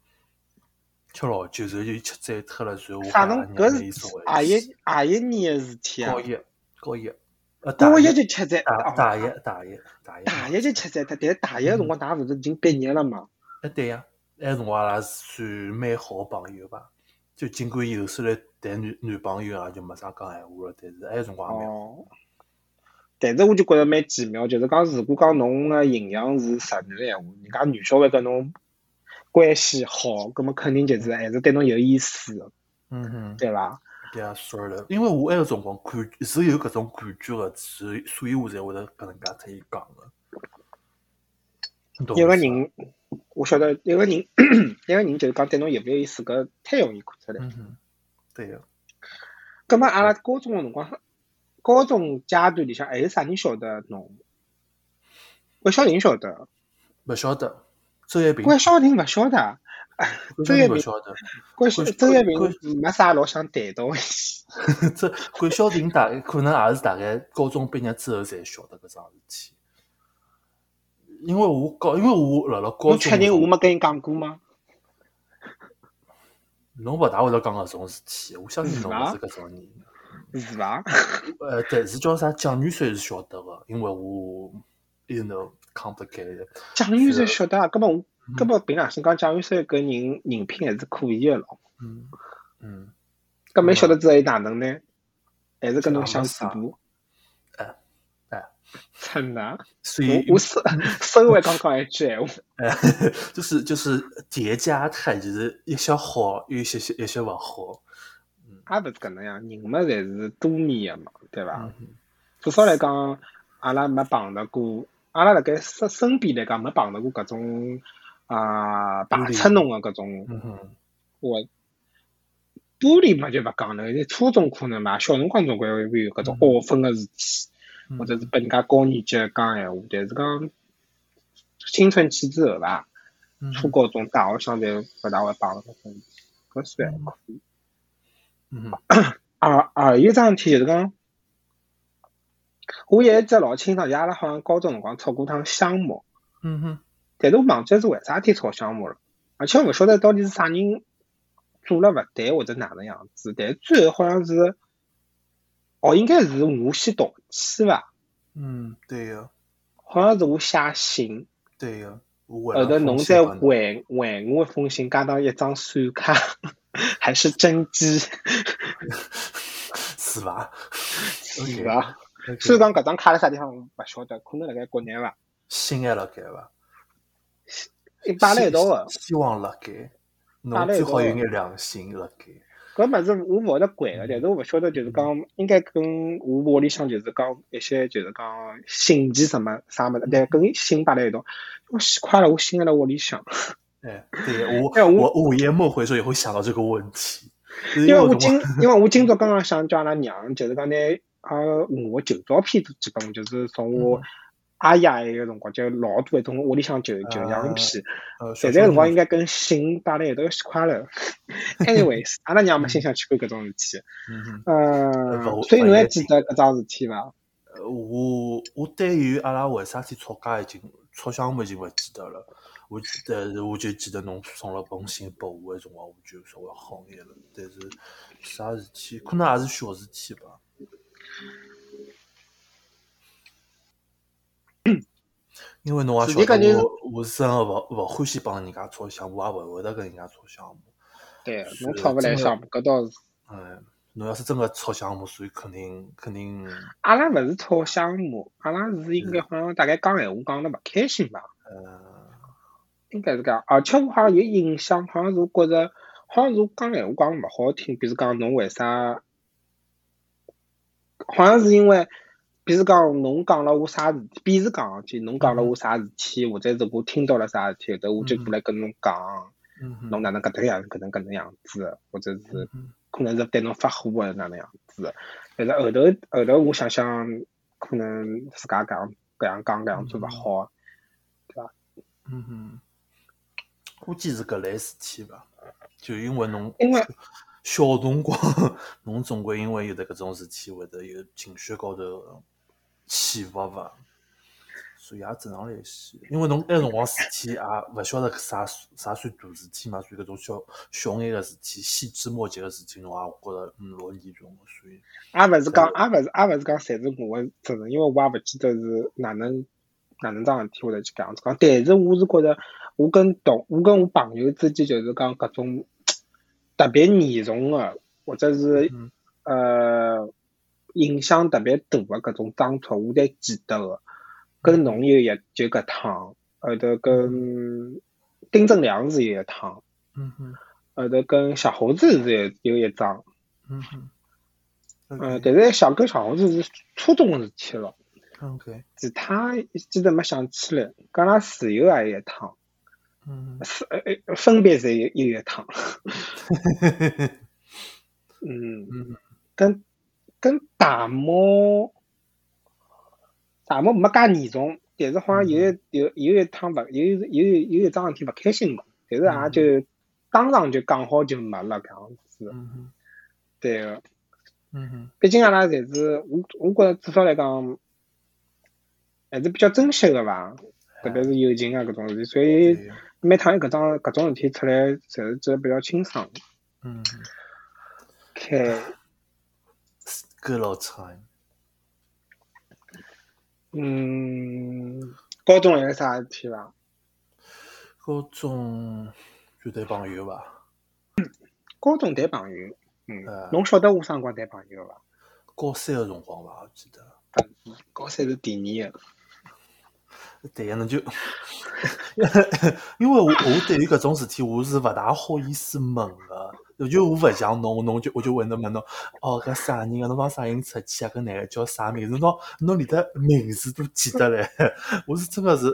吃老酒，然后就吃醉脱了，然后嗯我啥喊侬阿娘拿伊搿送是啊回何去一何一年个事体啊高？一，高一，呃，高哦大一就吃在大哦大一，大一，大一，大一就吃在，但是大一个辰光，㑚勿是已经毕业了嘛？哎，对呀，那辰光阿拉算蛮好的朋友吧。就尽管有时来谈男男朋友啊，就没啥讲闲话了，但是埃辰光也蛮好。哦，但是我就觉着蛮奇妙，就是讲，如果讲侬个形象是直男闲话，人家女小孩跟侬关系好，葛么肯定就是还是对侬有意思的，嗯哼，对伐？对啊，说了，因为我埃个辰光感是有搿种感觉的，所以所以我才会得搿能介特意讲的。你懂一个我意思伐，人，我晓得一个人， 一个人就是讲对侬有没有意思，搿太容易看出来。嗯哼，对呀，葛么阿拉高中个辰光，高中阶段里向还有啥人晓得侬？韦小宁晓得，勿晓得周一平，关晓婷勿晓得啊，周晓一得勿平晓得。关晓关周一关平没啥老想谈到个。这管晓婷大概可能也是大概高中毕业之后才晓得搿桩事体，因为我高，因为我辣辣高中侬确的时定候我，没跟伊讲过吗？侬勿大会得讲搿种事体，我相信是侬伐勿是搿种人。是伐？呃，但是叫啥蒋女士是晓得个，因为我，you know complicated，蒋玉是山晓得啊，葛么我葛么凭良心讲，蒋玉山搿人人品还是可以个咯。嗯嗯，搿没晓得之后伊哪能呢？还是跟啊侬这相也没似啥步？哎哎，真的啊？所以我我收收回刚刚一句闲话。哎， 就是就是叠加态，就是一些好，有一些些一些勿好，嗯，也勿是搿能样，人嘛侪是多面个嘛，对伐？至少来讲，阿拉没碰到过，阿拉辣盖身身边来讲没碰到过搿种啊排斥侬个搿种嗯哼，我玻璃嘛就勿讲了，现在初中可能嘛，小辰光总归会有搿种傲分个事体，或者是拨人家高年级讲闲话，但是讲青春期之后伐，嗯初高中、大学相对勿大会碰到搿种事体，搿算还可以。嗯哼，而而啊有桩事体就是讲，我有一只老清爽，就阿拉好像高中辰光炒过趟香茅，嗯哼，但是我忘记了是为啥体炒香茅了，而且我勿晓得到底是啥人做了勿对或者哪能样子，但是最后好像是，哦，应该是我先道歉伐，嗯，对呀，好像是我写信，对呀，后后头呃侬再还还我一封信，加上一张闪卡， 还是真机，是 伐？是 OK，伐？ OK 虽然讲搿张卡辣啥地方我勿晓得，可能辣盖国内伐。心还辣盖伐？一摆辣一道哦个，希希望辣盖，摆侬辣一最道啊好有的眼良心辣盖。搿物事我勿会得管个，但是我勿晓得就是讲，应该跟我屋里向就是讲一些就是讲信件什么啥物事，但跟信摆辣一道，我死快了，我信辣屋里向，哎，对我 哎我我午夜梦回的时候也会想到这个问题，就是因为我 我今因为我今朝刚刚想叫阿拉娘，就是讲拿啊我旧照片基本就是从我阿爷埃个辰光，就老多一种屋里向旧旧样片，呃，现现在在辰光应该跟信摆辣一道，要死快了。Anyways，阿拉娘没心想去管搿种事体。嗯嗯，所以侬还记得搿桩事体伐？哼，我我对于阿拉为啥体吵架已经吵相骂已经勿记得了，我记得我就记得侬送了封信拨我的辰光，我就稍微好眼了，但是啥事体可能也是小事体 吧。因为侬也自晓己感觉得我，我是真个勿勿欢喜帮人家吵相骂，我也勿会得跟人家吵相骂。对，是侬吵勿来相，搿倒是。哎，侬要是真个吵相骂，所以肯定肯定，阿拉勿是吵相骂，阿拉是应该好像大概讲闲话讲得勿开心吧，呃，应该是搿样。而且我好像有印象，好像是我觉着，好像是我讲闲话讲得勿好听，比如讲侬为啥，好像是因为，比如讲侬讲了我啥事体，比如讲去侬讲了我啥事体，或者是我听到了啥事体，后头我就过来跟侬讲，嗯哼，侬哪能搿能样，搿能搿能样子，或者是嗯可能是对侬发火或者哪能样子的。但是后头后头我想想，可能自家搿样搿样讲搿样做勿好，嗯哼，估计是搿类事体吧，就因为侬因为小辰 光，侬总归因为有得搿种事体，会得有情绪高头起伏伐，所以也正常来些。因为侬那辰光事体也勿啊晓得啥啥算大事体嘛，所以搿种小小眼个事体、细枝末节个事体，侬也觉着嗯老严重个，所以也勿是讲也勿是也勿是讲侪是我个责任，因为我也勿记得是哪能哪能桩事体会得去搿样子讲。但是我是觉着，我跟同我跟我朋友之间就是讲搿种特别严重个，或者是嗯呃影响特别大个搿种争吵，我侪记得个。跟侬有一就搿趟，后头跟丁正良是有一趟，嗯哼后头跟小猴子是有有一桩，嗯哼，嗯，但是小跟小猴子是初中个事体了， OK，其他记得没想起来。跟阿拉室友也有一趟， 嗯是呃呃分别是有有一趟，哼，嗯，嗯跟跟大猫，大猫没介严重，但是好像有一有有一趟勿有有有有一桩事体勿开心嘛，但是也就当场就讲好就没了搿样子，嗯哼，对个。嗯哼，毕竟阿拉侪是我我觉着至少来讲，还是比较珍惜个伐，特别是友情啊搿种事体，所以对呀每趟有搿桩搿种事体出来，侪是觉得比较清爽。嗯哼 OK， ，Good old time。嗯，高中还有啥事体伐？高中就对朋友伐，高中谈朋友，嗯呃，侬晓得我啥辰光谈朋友伐？高三个辰光伐，我记得。高三是第二个，对呀，那就， 因为我我对于搿种事体，我是勿大好意思问个，就我勿像侬，侬就我就会得问侬，哦，搿啥人啊？侬帮啥人出去啊？搿男个叫啥名字？侬侬连得名字都记得嘞？ 我是真个是，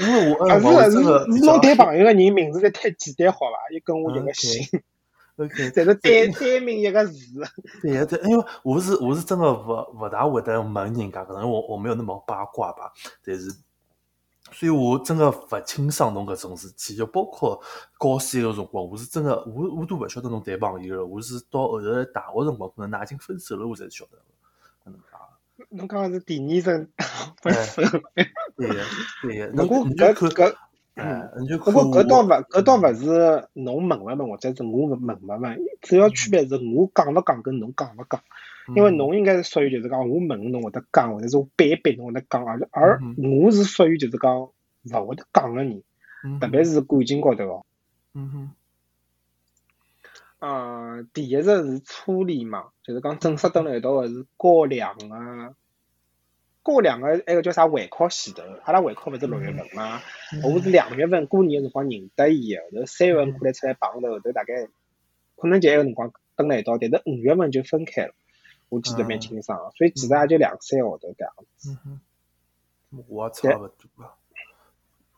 因为我啊哎，是我的真个是是侬谈朋友个人名字侪太简单好伐？一跟我一个姓， OK，侪是单单名一个字。对呀，对，因为我是我是真的勿勿大会得问人家搿种，因为我我没有那么八卦吧，但是，所以我真的勿清爽侬搿种事体，就包括高三个辰光，我是真的，我我都勿晓得侬谈朋友了，我是到后头大学辰光，可能㑚已经分手了，我才晓得。搿能介侬讲的是第二声打分手，对呀，对呀，不侬过你就搿看，搿哎，你就不看过搿倒我，勿搿倒勿是侬问勿问，或者是我问勿问，主要区别是我讲勿讲跟侬讲勿讲。因为嗯侬应该是属于就是讲，我问侬会得讲，或者是我逼一逼侬会得讲，而而嗯我是属于就是讲勿会得讲个人，特别，是感情高头哦。嗯哼嗯，第一个是初恋嘛，就是讲正式蹲辣一道个是啊高两个，高两个埃个叫啥会考前头，阿拉会考勿是六月份嘛，嗯哼，我是两月份过年个辰光认得伊个，后头三月份过来出来碰头，后头大概可能就埃个辰光蹲辣一道，但是五月份就分开了，我记得蛮清爽个，所以其实也就两三个号头搿样。嗯哼，我也差勿多吧，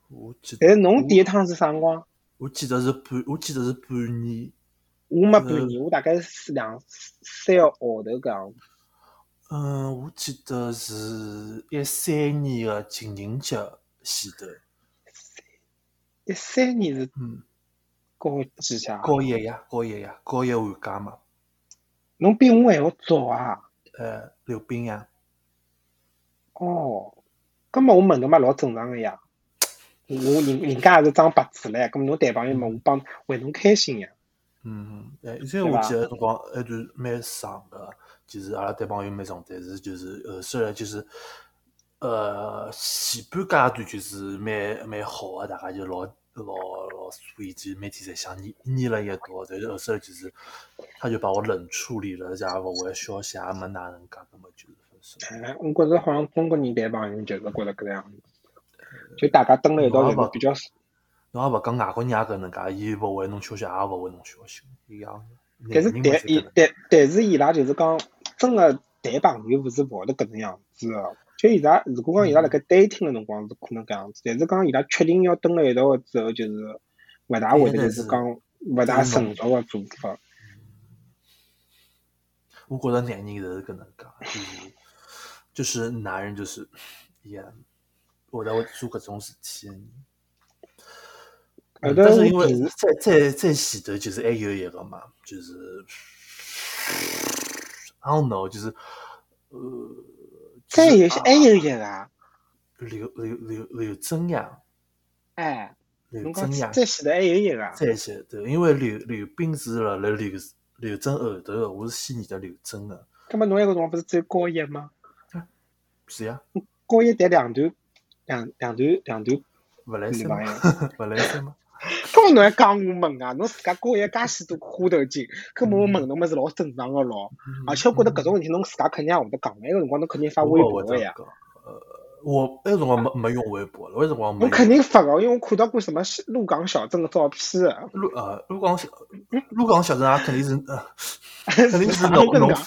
我记但得，是侬第一趟是啥辰光？我记得是半，我记得是半年。我没半年，我大概是两三个号头搿样。嗯，我记得是一三年的情人节前头，一三年是嗯，高几下？高一呀，高一呀，高一寒假嘛，侬比我还要早啊！呃，溜冰呀，哦，搿么我问侬嘛老正常个呀。我人人家也是张白纸唻，搿么侬谈朋友嘛，我帮为侬开心呀。嗯，哎，虽对然我吧记得辰光还段蛮长的，其实阿拉对朋友蛮长，但是就是呃，虽然就是呃前半阶段就是蛮蛮好的，大家就老老老 sweet，就是每天侪想腻腻了一道，但是后头就是他就把我冷处理了，也勿回消息，也没哪能介，那么就是分手。哎，我觉着好像中国人谈朋友就是觉着搿样子，就大家蹲辣一道就是比较侬也勿讲外国人也搿能介，伊勿回侬消息，也勿回侬消息，一样的。但是男人但嘛侪伊搿能但但是伊拉就是讲，真个谈朋友勿是勿会得搿能样子个。就伊拉如果讲伊拉辣盖 dating 个辰光是可能搿样子，但是讲伊拉确定要蹲辣一道个之后，就是勿大会得就是讲勿大成熟个做法。我觉着男人就是搿能介，就是就是男人就是也会得会做搿种事体的人。后嗯头但是因我为其实再再再前头，就是哎还有一个嘛，就是 I don't know，就是呃，就再是哎有些还有一个啊，刘刘刘刘真呀，哎，刘侬讲真呀，再前头还有一个啊，再些对，因为刘刘冰是辣辣刘刘真后头的，我是先认得刘真的，葛末侬埃个辰光勿是只有高一吗？是呀，高一谈两段两两段两段勿来女三朋吗？友。勿来三吗？搿么侬还讲我问啊？侬自家高一介许多花头精，搿么我问侬么是老正常个咯。嗯啊而且我觉得搿种问题侬自家肯定也会得讲的，埃个辰光侬肯定发微博我个呀，呃，我那辰光没没用微博了，我那辰光没侬用。肯定发哦个，因为我看到过什么西鹿港小镇个照片啊的，陆呃陆港小陆港小镇啊，肯定是呃肯定是 啥侬搿能侬介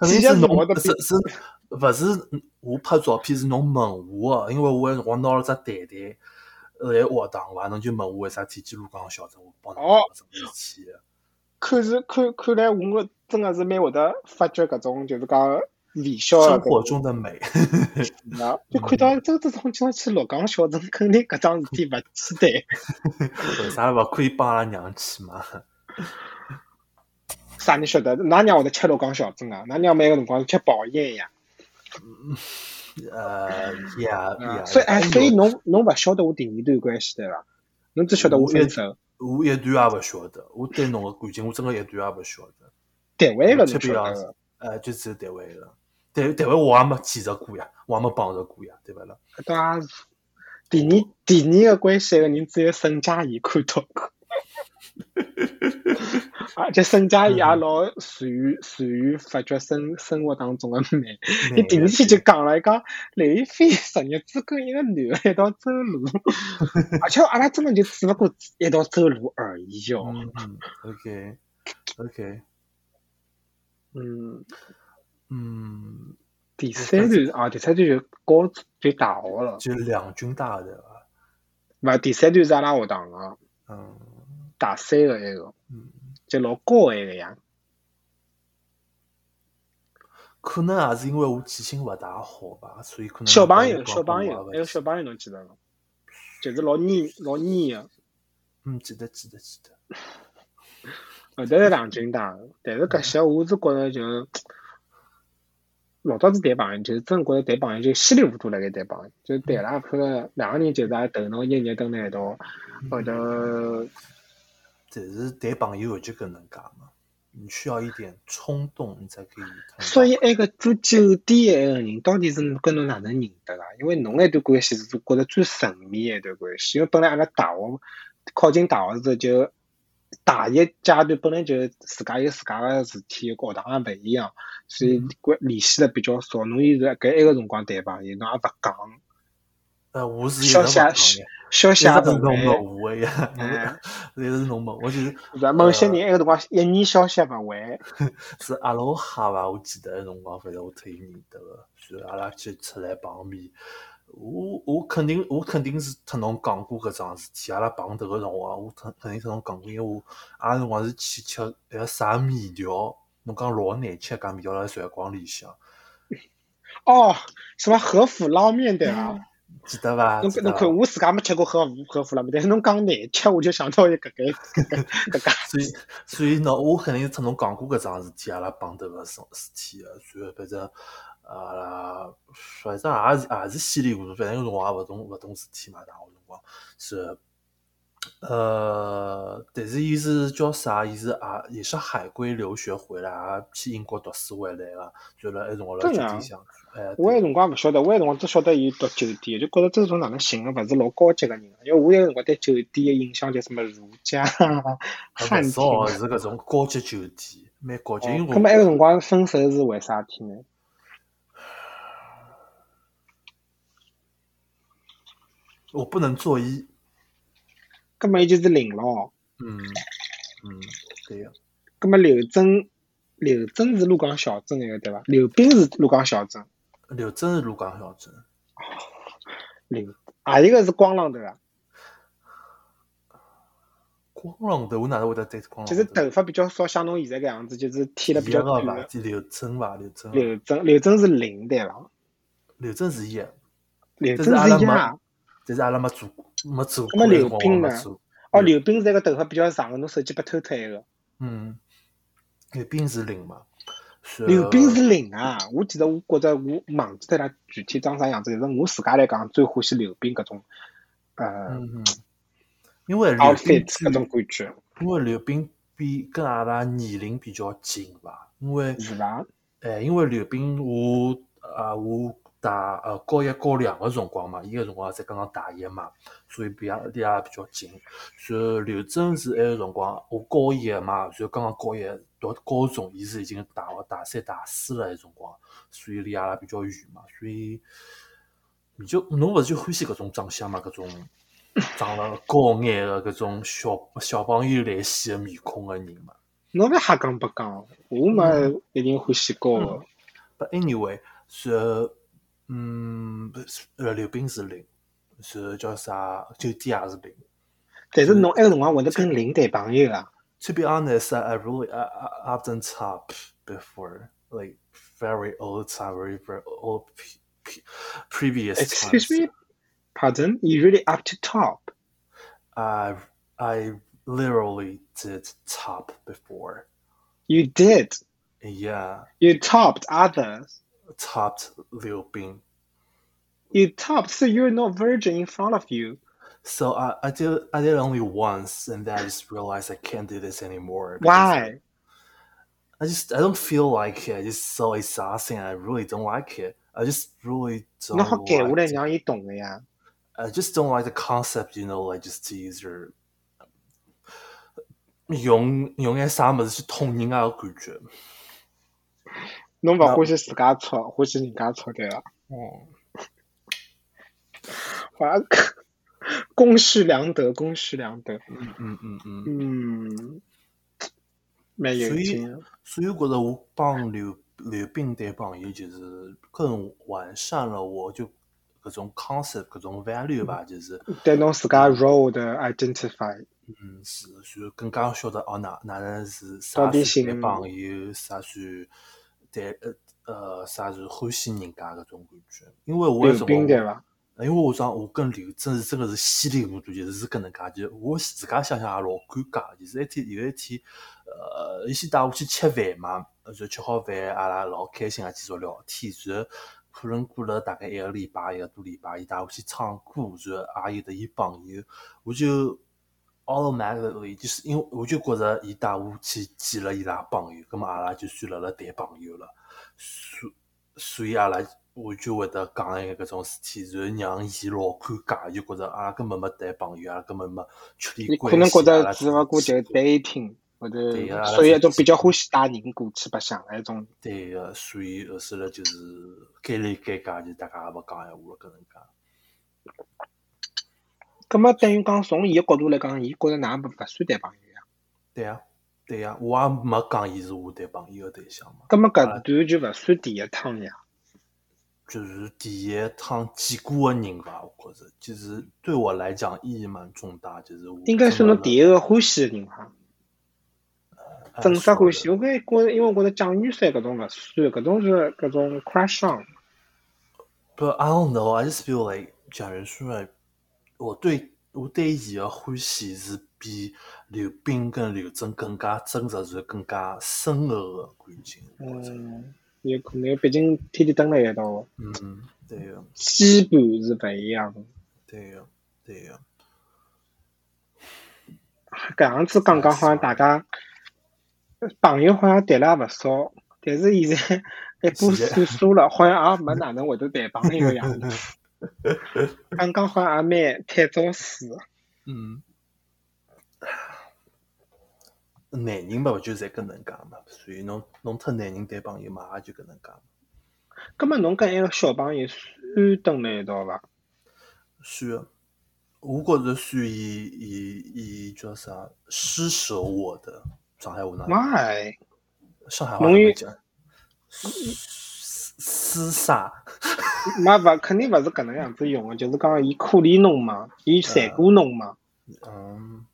肯直定接是是我侬的笔是是勿是我拍照片是侬问我啊个，因为我那辰光拿了只袋袋。来学堂伐，侬就问我为啥推荐陆港小镇，我帮侬哦做什么啊事体的。看是看看来我真个是蛮会得发掘搿种就是讲微小生个活搿中的美， 种啊，就看到这这种情况去鹿港小镇，肯定搿桩事体勿简单。为啥勿可以帮阿拉娘去嘛？啥人晓得？㑚娘会得吃鹿港小镇啊？㑚娘每个辰光吃鲍宴呀？呃，呀啊呀，所以哎，有所以侬侬勿晓得我第二段关系对伐？侬只晓得我分手，我一段也勿晓得，我对侬个感情我真个一段也勿晓得。台湾个我侬吃晓不得了个。呃，就只有台湾了。台台湾我也没见着过呀，我也没碰着过呀，对勿啦？搿倒也是。第二第二个关系个人只有沈佳宜看到过， 而且沈佳宜也老善于善于发掘生生活当中个美。哎伊第二天就讲了，伊讲刘亦菲昨日子跟一个男的一道走路，而且阿拉真的就只勿过一道走路而已哦。嗯嗯，OK， OK，嗯，嗯，第三段啊，第三段就高就大学了，就两军大的，勿第三段是阿拉学堂个嗯大三个埃个，嗯，就老高埃个呀。可能也是因为我记性勿大好吧，所以可能小朋友，讲小讲朋友，话还有勿小记，朋友侬记得伐？就是老黏老黏个，嗯，记得记得记得，后头是两军打个，但是搿些我是觉着就老早子谈朋友，就是真觉着谈朋友就稀里糊涂辣盖谈朋友，就谈了也看着两个人就是也头脑热热蹲辣一道，后头但是谈朋友勿就搿能介嘛，你需要一点冲动，你才可以谈恋爱。所以埃个做酒店埃个人到底是跟侬哪能认得个？因为侬埃段关系是我觉着最神秘埃段关系，因为本来阿拉大学靠近大学时候就大一阶段本来就自家有自家个事体，跟学堂也勿一样，所以关联系了比较少。侬现在搿埃个辰光谈朋友，侬也勿讲，呃，我是一小直勿夏讲是的。消一息直也是勿侬回。问我呀， 哎，一啊直是侬问我，就是是吧？某些人埃个辰光一年消息也勿回，是阿拉哈伐？我记得个辰光，反正我特意认得个，就是阿拉去出来碰面。我我肯定我肯定是特侬讲过搿桩事体，阿拉碰头个辰光，我肯肯定特侬讲过，因为我阿拉辰光是去吃那个啥面条，侬讲老难吃，搿面条辣辰光里向，哦，什么和府捞面对伐？记得伐？侬记得侬伐看，我自家没吃过和服和服拉面，但是侬讲难吃，我就想到一搿个搿个搿个。所以，所以喏，我肯定是特侬讲过搿桩事啊体，阿拉碰头个事事体个，所以反正阿拉反正也是也是稀里糊涂，反正有辰光也勿懂勿懂事体嘛，大学辰光是。呃，但是伊是叫啥？伊是啊，也是海归留学回来，也去英国读书回来个，就辣埃辰光辣酒真的啊店想，哎，我埃对辰光勿晓得，我埃辰光只晓得伊读酒店，就觉着这种哪能寻个勿是老高级个人，啊因为我埃辰光对酒店个印象就什么儒家、啊 还汉勿庭。啊哦少是搿种高级酒店，蛮高级。因为那么我埃个辰光分手是为啥体呢？我不能做医，那么伊就是领咯。嗯嗯，对个。那么刘真，刘真是陆港小镇埃个对伐？刘斌是陆港小镇，刘真是陆港小镇，刘啊一个是光浪对伐？光浪头我哪能会得对光浪头？就是头发比较少，像侬现在搿样子，就是剃了比较一个短吧的，。就刘真吧，刘真，刘真，刘真是零对伐？刘真是一，刘这真是阿拉是妈呀，但是阿拉没做过，没做过。那么刘斌呢没做过。哦，刘斌是一个头发比较长的，侬手机被偷脱一个。嗯，刘斌是零嘛？是刘斌是零啊，我记得我觉着我忘记脱他具体长啥样子，但是我自家来讲最欢喜刘斌搿种呃嗯嗯，因为刘斌 outfit 搿种感觉，因为刘斌比跟阿拉年龄比较近吧，因为是伐？哎，因为刘斌我啊我大呃高一高两个辰光嘛，伊个辰光才刚刚大一嘛，所以比阿离阿拉比较近。所以刘真是埃个辰光我高一嘛，所以刚刚高一读高中，伊是已经大学大三大四了埃辰光，所以离阿拉比较远嘛，所以你就侬勿是就欢喜搿种长相嘛，搿种。长了高眼的搿种小小朋友来戏的面孔的人嘛，侬勿瞎讲白讲，我嘛嗯一定欢喜高个。 But anyway，是 mm, 嗯，不是呃，刘斌是零，是叫啥？酒店也是零。但嗯是侬埃个辰光会得跟零谈朋友啊？ To be honest, I, I really I, I I've done top before, like very old time, very very old p- p- previous Excuse times. me, pardon, you really up to top? I I literally did top before. You did, Yeah, you topped others. topped Liu Bing. You topped, so you're not virgin in front of you. So I, I did I did only once, and then I just realized I can't do this anymore. because Why? I just I don't feel like it. I just so exhausting. I really don't like it. I just really 侬好 don't 改 like. 下来让伊懂个呀。 I just don't like the concept. You know, like just to use your 用用眼啥物事去捅人家个感觉。侬勿那欢喜自家吵，欢喜人家啊吵对伐？哦，哇，Mm, 公序良德，公序良德。嗯嗯嗯嗯，嗯，蛮有所以劲的。所以我觉着我帮刘刘冰对帮伊就是更完善了我就搿种 concept 搿种 value 吧，就是对侬自家 role 的 identify，嗯是就更加晓得哦哪哪能是到啥算底对寻帮伊，啥算对呃呃啥是欢喜人家搿种感觉，因为我有刘辰冰光对伐？哎因为我讲我跟刘真是真个是稀里糊涂，就是是搿能介，就是我自家想想也老尴尬。就是一天有一天，呃，伊先带我去吃饭嘛，然后吃好饭，阿拉老开心啊，继续聊天。然后可能过了大概一个礼拜、一个多礼拜，伊带我去唱歌，然后也有得伊朋友，我就 automatically 就是因为我就觉着伊带我去见了伊拉朋友，葛么阿拉就算辣辣谈朋友了。所所以阿拉我就会得讲一个搿种事体，然后让伊老尴尬，就觉着阿拉根本没谈朋友，阿拉根本没确你立可关系。能觉阿拉着只是勿过就是对 dating 或者对啊属于一种比较欢喜带人过去白相的一种。对个，所以后头来就是该来该尬，就大家也勿讲闲话了，搿能介。葛么等于讲从伊个角度来讲，伊觉着㑚勿勿算谈朋友啊呀。对呀、对呀、我也没讲伊是我谈朋友个对象嘛，葛么搿啊段就勿算第一趟呀。就是第一趟见过个人伐，我觉着就是对我来讲意义蛮重大，就是我应该算侬第一一个欢喜的人哈，啊正式欢哎喜。。我感觉觉着，因为我觉着蒋玉山搿种勿算，搿种是搿种 crush on。 But I don't know. I just feel like 蒋元帅，我对我对伊个欢喜是比刘冰跟刘真更加真实，是更加深厚个感情。我觉着嗯，有可能，毕竟天天蹲辣一道，嗯，对个，羁绊是勿一样的。对个，对个。搿样子讲讲，好像大家呃朋友好像谈了也勿少，但是现在哎一把现在岁数了，好像也没哪能会得谈朋友样子。刚刚好像也蛮太早死的，嗯，男人嘛，勿就侪搿能介嘛，所以侬侬特男人对朋友嘛，也就搿能介。葛末侬跟一个小朋友算蹲辣一道伐？算个，啊我觉着算伊伊伊叫啥施舍我的上海话哪能讲？妈，上海话侬怎有么讲？厮厮杀，妈勿肯定勿是搿能样子用的，就是讲伊可怜侬嘛，伊残酷侬嘛，嗯，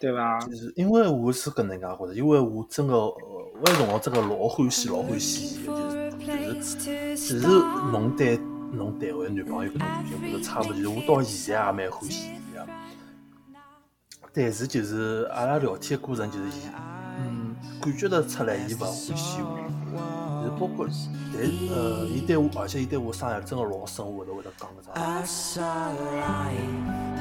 对伐？就是因为我是搿能介觉着，因为我真个，呃我有辰光真个老欢喜，老欢喜伊个，就是就是，其实侬对侬谈个男朋友搿种感情或者差勿多，就是我到现在也蛮欢喜伊个，但是就是阿拉聊天过程就是伊，嗯，感觉得出来伊勿欢喜我。就是包括，但是呃，伊对我，而且伊对我伤害真个老深，我会得会得讲搿种。 I saw a lion